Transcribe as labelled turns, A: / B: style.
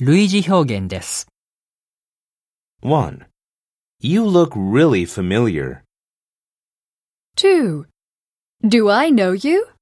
A: 類似表現です。
B: 1. You look really familiar.
C: 2. Do I know you?